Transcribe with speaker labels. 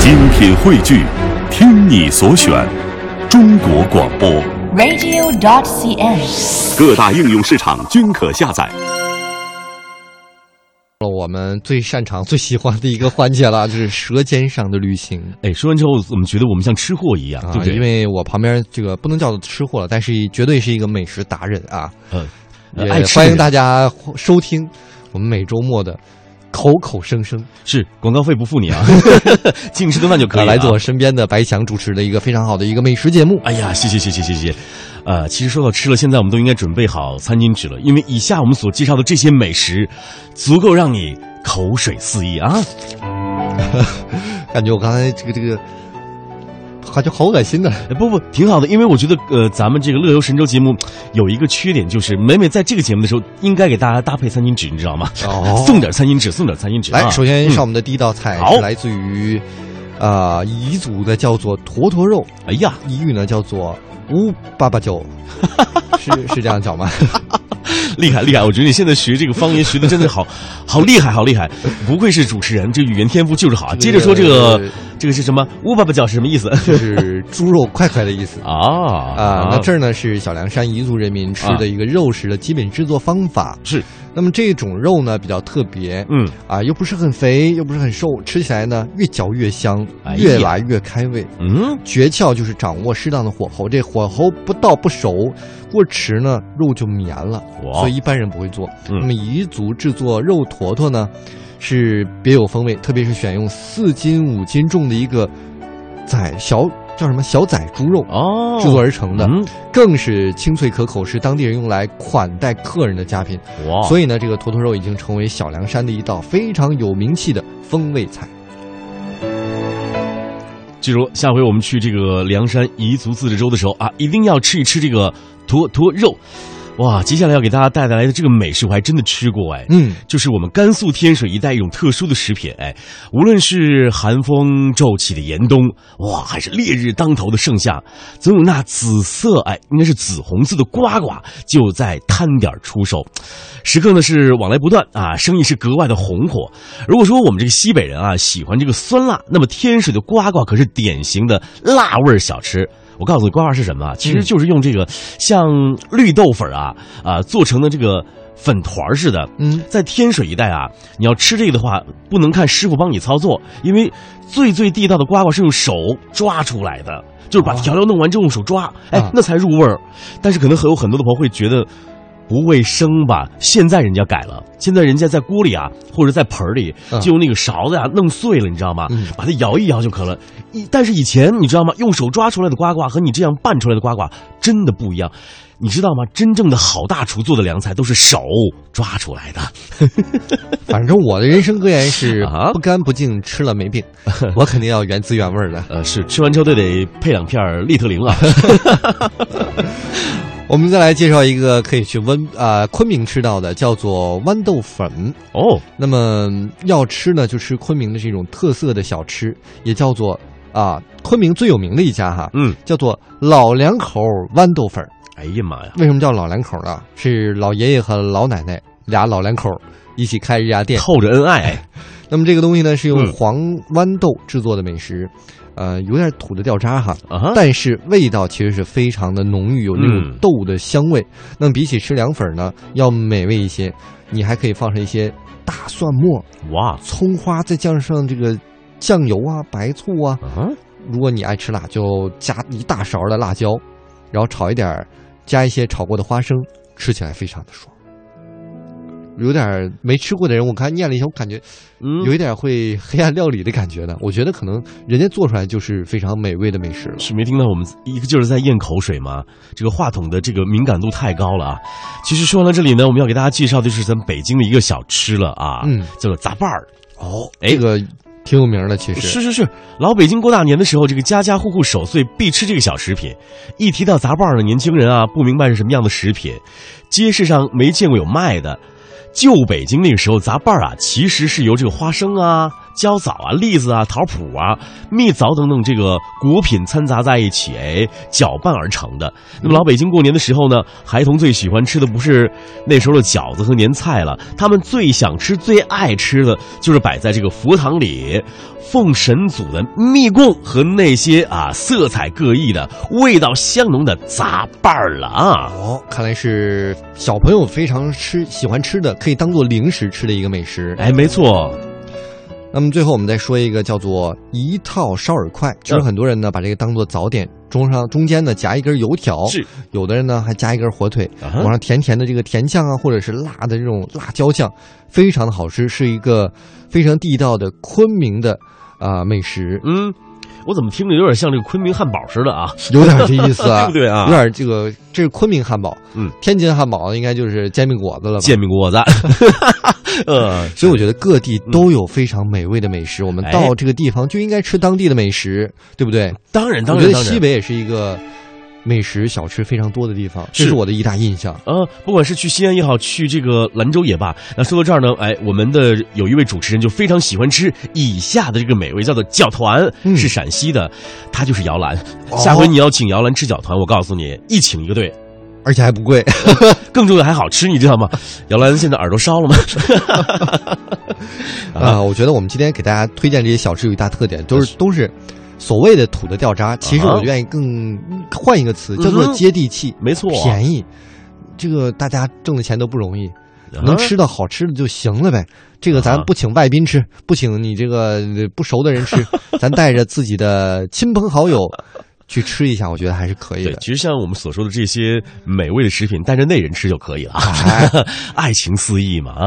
Speaker 1: 精品汇聚，听你所选，中国广播。
Speaker 2: radio.cn。
Speaker 1: 各大应用市场均可下载。
Speaker 3: 到了我们最擅长、最喜欢的一个环节了，就是舌尖上的旅行
Speaker 4: 哎，说完之后，我们觉得我们像吃货一样，
Speaker 3: 啊
Speaker 4: 对不！对？
Speaker 3: 因为我旁边这个不能叫吃货了，但是绝对是一个美食达人啊！
Speaker 4: 呃，
Speaker 3: 也
Speaker 4: 爱吃的
Speaker 3: 欢迎
Speaker 4: 人
Speaker 3: 大家收听我们每周末的口口声声。
Speaker 4: 是广告费不付你 啊，请你吃顿饭就可以
Speaker 3: 啊
Speaker 4: 了。
Speaker 3: 来自我身边的白翔主持的一个非常好的一个美食节目。
Speaker 4: 哎呀，谢谢谢谢谢谢，呃，其实说到吃了，现在我们都应该准备好餐巾纸了，因为以下我们所介绍的这些美食，足够让你口水四溢啊！
Speaker 3: 感觉我刚才这个这个，感觉好恶心的。
Speaker 4: 哎不不，挺好的，因为我觉得呃，咱们这个乐游神州节目有一个缺点，就是每每在这个节目的时候，应该给大家搭配餐巾纸，你知道吗？
Speaker 3: 哦哎
Speaker 4: 送点餐巾纸，送点餐巾纸啊。
Speaker 3: 来，首先上我们的第一道菜
Speaker 4: 好
Speaker 3: 是来自于，啊、彝族呢叫做坨坨肉，
Speaker 4: 哎呀，
Speaker 3: 彝语呢叫做乌巴巴 酒，是是这样讲吗？
Speaker 4: 厉害厉害！我觉得你现在学这个方言学的真的好，好厉害，好厉害！不愧是主持人，这语言天赋就是好啊。接着说这个
Speaker 3: 对
Speaker 4: 这个是什么？乌巴巴叫是什么意思？
Speaker 3: 就是猪肉块块的意思。
Speaker 4: 啊
Speaker 3: 啊
Speaker 4: 啊，
Speaker 3: 那这儿呢是小凉山彝族人民吃的一个肉食的基本制作方法。
Speaker 4: 是
Speaker 3: 那么这种肉呢比较特别，
Speaker 4: 嗯，
Speaker 3: 啊，又不是很肥，又不是很瘦，吃起来呢越嚼越香，
Speaker 4: 哎呀
Speaker 3: 越来越开胃。
Speaker 4: 嗯，
Speaker 3: 诀窍就是掌握适当的火候，这火候不到不熟，过迟呢肉就绵了，
Speaker 4: 哇
Speaker 3: 所以一般人不会做。
Speaker 4: 嗯
Speaker 3: 那么彝族制作肉坨坨呢，是别有风味，特别是选用四斤五斤重的一个宰小叫什么小宰猪肉
Speaker 4: 哦，
Speaker 3: 制作而成的，
Speaker 4: 嗯
Speaker 3: 更是清脆可口，是当地人用来款待客人的佳品。
Speaker 4: 哇，
Speaker 3: 所以呢，这个坨坨肉已经成为小凉山的一道非常有名气的风味菜。
Speaker 4: 记住，下回我们去这个凉山彝族自治州的时候啊，一定要吃一吃这个坨坨肉。哇，接下来要给大家带来的这个美食，我还真的吃过哎。
Speaker 3: 嗯，
Speaker 4: 就是我们甘肃天水一带一种特殊的食品，哎，无论是寒风骤起的严冬，哇，还是烈日当头的盛夏，总有那紫色，哎，应该是紫红色的瓜瓜就在摊点儿出售，食客呢是往来不断啊，生意是格外的红火。如果说我们这个西北人啊喜欢这个酸辣，那么天水的瓜瓜可是典型的辣味儿小吃。我告诉你，瓜瓜是什么啊？其实就是用这个像绿豆粉儿啊啊做成的这个粉团儿似的。
Speaker 3: 嗯
Speaker 4: 在天水一带啊，你要吃这个的话，不能看师傅帮你操作，因为最最地道的瓜瓜是用手抓出来的，就是把
Speaker 3: 哦
Speaker 4: 调料弄完之后用手抓，哎
Speaker 3: 啊，
Speaker 4: 那才入味儿。但是可能很有很多的朋友会觉得。不卫生吧？现在人家改了，现在人家在锅里啊，或者在盆儿里，
Speaker 3: 嗯
Speaker 4: 就用那个勺子啊弄碎了，你知道吗？
Speaker 3: 嗯
Speaker 4: 把它摇一摇就可了。一但是以前你知道吗？用手抓出来的瓜瓜和你这样拌出来的瓜瓜真的不一样，你知道吗？真正的好大厨做的凉菜都是手抓出来的。
Speaker 3: 反正我的人生格言是
Speaker 4: 啊
Speaker 3: 不干不净吃了没病，我肯定要原汁原味儿的。
Speaker 4: 呃，是吃完之后都得配两片儿利特灵啊。
Speaker 3: 我们再来介绍一个可以去温啊、昆明吃到的，叫做豌豆粉。
Speaker 4: 哦，
Speaker 3: 那么要吃呢，就吃昆明的这种特色的小吃，也叫做啊、昆明最有名的一家哈，
Speaker 4: 嗯，
Speaker 3: 叫做老两口豌豆粉儿。
Speaker 4: 哎呀妈呀，
Speaker 3: 为什么叫老两口呢？是老爷爷和老奶奶俩老两口一起开这家店。
Speaker 4: 透着恩爱，
Speaker 3: 那么这个东西呢，是用
Speaker 4: 嗯
Speaker 3: 黄豌豆制作的美食，呃，有点土的掉渣哈，
Speaker 4: 啊哈
Speaker 3: 但是味道其实是非常的浓郁，有那种
Speaker 4: 嗯
Speaker 3: 豆的香味。那么比起吃凉粉呢，要美味一些。你还可以放上一些大蒜末、
Speaker 4: 哇，
Speaker 3: 葱花，再加上这个酱油啊、白醋啊。
Speaker 4: 啊哈，
Speaker 3: 如果你爱吃辣，就加一大勺的辣椒，然后炒一点儿，加一些炒过的花生，吃起来非常的爽。有点儿没吃过的人，我刚才念了一下，我感觉
Speaker 4: 嗯
Speaker 3: 有一点会黑暗料理的感觉呢。我觉得可能人家做出来就是非常美味的美食了。
Speaker 4: 是没听到我们一个劲儿在咽口水吗？这个话筒的这个敏感度太高了啊！其实说完了这里呢，我们要给大家介绍的就是咱们北京的一个小吃了啊，
Speaker 3: 嗯
Speaker 4: 叫做杂拌儿。
Speaker 3: 哦，
Speaker 4: 哎
Speaker 3: 这个挺有名的，其实
Speaker 4: 是是是，老北京过大年的时候，这个家家户户守岁必吃这个小食品。一提到杂拌儿呢，年轻人啊不明白是什么样的食品，街市上没见过有卖的。旧北京那个时候，杂拌儿啊其实是由这个花生啊、焦枣啊、栗子啊、桃脯啊、蜜枣等等这个果品掺杂在一起，哎，搅拌而成的。那么老北京过年的时候呢，孩童最喜欢吃的不是那时候的饺子和年菜了，他们最想吃、最爱吃的就是摆在这个佛堂里奉神祖的蜜供和那些啊色彩各异的、味道香浓的杂拌儿了啊。
Speaker 3: 哦，看来是小朋友非常吃喜欢吃的，可以当做零食吃的一个美食。
Speaker 4: 哎，没错，
Speaker 3: 那么最后我们再说一个叫做一套烧耳块，就是很多人呢把这个当做早点，中上中间呢夹一根油条，
Speaker 4: 是
Speaker 3: 有的人呢还夹一根火腿，
Speaker 4: 啊
Speaker 3: 抹
Speaker 4: 哈
Speaker 3: 上甜甜的这个甜酱啊，或者是辣的这种辣椒酱，非常的好吃，是一个非常地道的昆明的啊、美食，
Speaker 4: 嗯，我怎么听着有点像这个昆明汉堡似的啊？
Speaker 3: 有点这意思啊，
Speaker 4: 对不对啊
Speaker 3: 有点这个这是昆明汉堡，
Speaker 4: 嗯，
Speaker 3: 天津汉堡应该就是煎饼果子了吧？
Speaker 4: 煎饼果子， 呃，
Speaker 3: 所以我觉得各地都有非常美味的美
Speaker 4: 嗯
Speaker 3: 食，我
Speaker 4: 哎
Speaker 3: 们到这个地方就应该吃当地的美食，对不对？
Speaker 4: 当然，嗯当
Speaker 3: 我
Speaker 4: 然，
Speaker 3: 觉得
Speaker 4: 当然
Speaker 3: 西北也是一个美食小吃非常多的地方，这
Speaker 4: 是
Speaker 3: 是我的一大印象。
Speaker 4: 呃，不管是去西安也好，去这个兰州也罢，那说到这儿呢，哎，我们的有一位主持人就非常喜欢吃以下的这个美味，叫做饺团，
Speaker 3: 嗯
Speaker 4: 是陕西的，他就是摇篮。
Speaker 3: 哦
Speaker 4: 下回你要请摇篮吃饺团，我告诉你，一请一个队，
Speaker 3: 而且还不贵。
Speaker 4: 更重要还好吃，你知道吗？摇篮现在耳朵烧了吗？
Speaker 3: 啊、我觉得我们今天给大家推荐这些小吃有一大特点，都是都是所谓的土的掉渣，其实
Speaker 4: 啊哈
Speaker 3: 我愿意更换一个词，叫做
Speaker 4: 嗯哼
Speaker 3: 接地气、
Speaker 4: 没错，
Speaker 3: 便宜。这个大家挣的钱都不容易，
Speaker 4: 啊
Speaker 3: 能吃到好吃的就行了呗。这个咱
Speaker 4: 啊
Speaker 3: 不请外宾吃，不请你这个呃不熟的人吃， 咱带着自己的亲朋好友去吃一下，我觉得还是可以
Speaker 4: 对，
Speaker 3: 的。
Speaker 4: 其实像我们
Speaker 3: 哎
Speaker 4: 所说的这些美味的食品，带着内人吃就可以了啊，爱情四溢嘛啊。